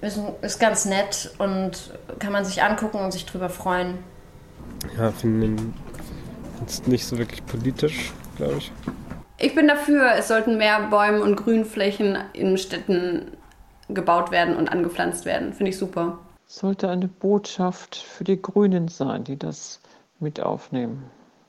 ist, ist ganz nett und kann man sich angucken und sich drüber freuen. Ja, finde ihn jetzt nicht so wirklich politisch, glaube ich. Ich bin dafür, es sollten mehr Bäume und Grünflächen in Städten gebaut werden und angepflanzt werden. Finde ich super. sollte eine Botschaft für die Grünen sein, die das mit aufnehmen.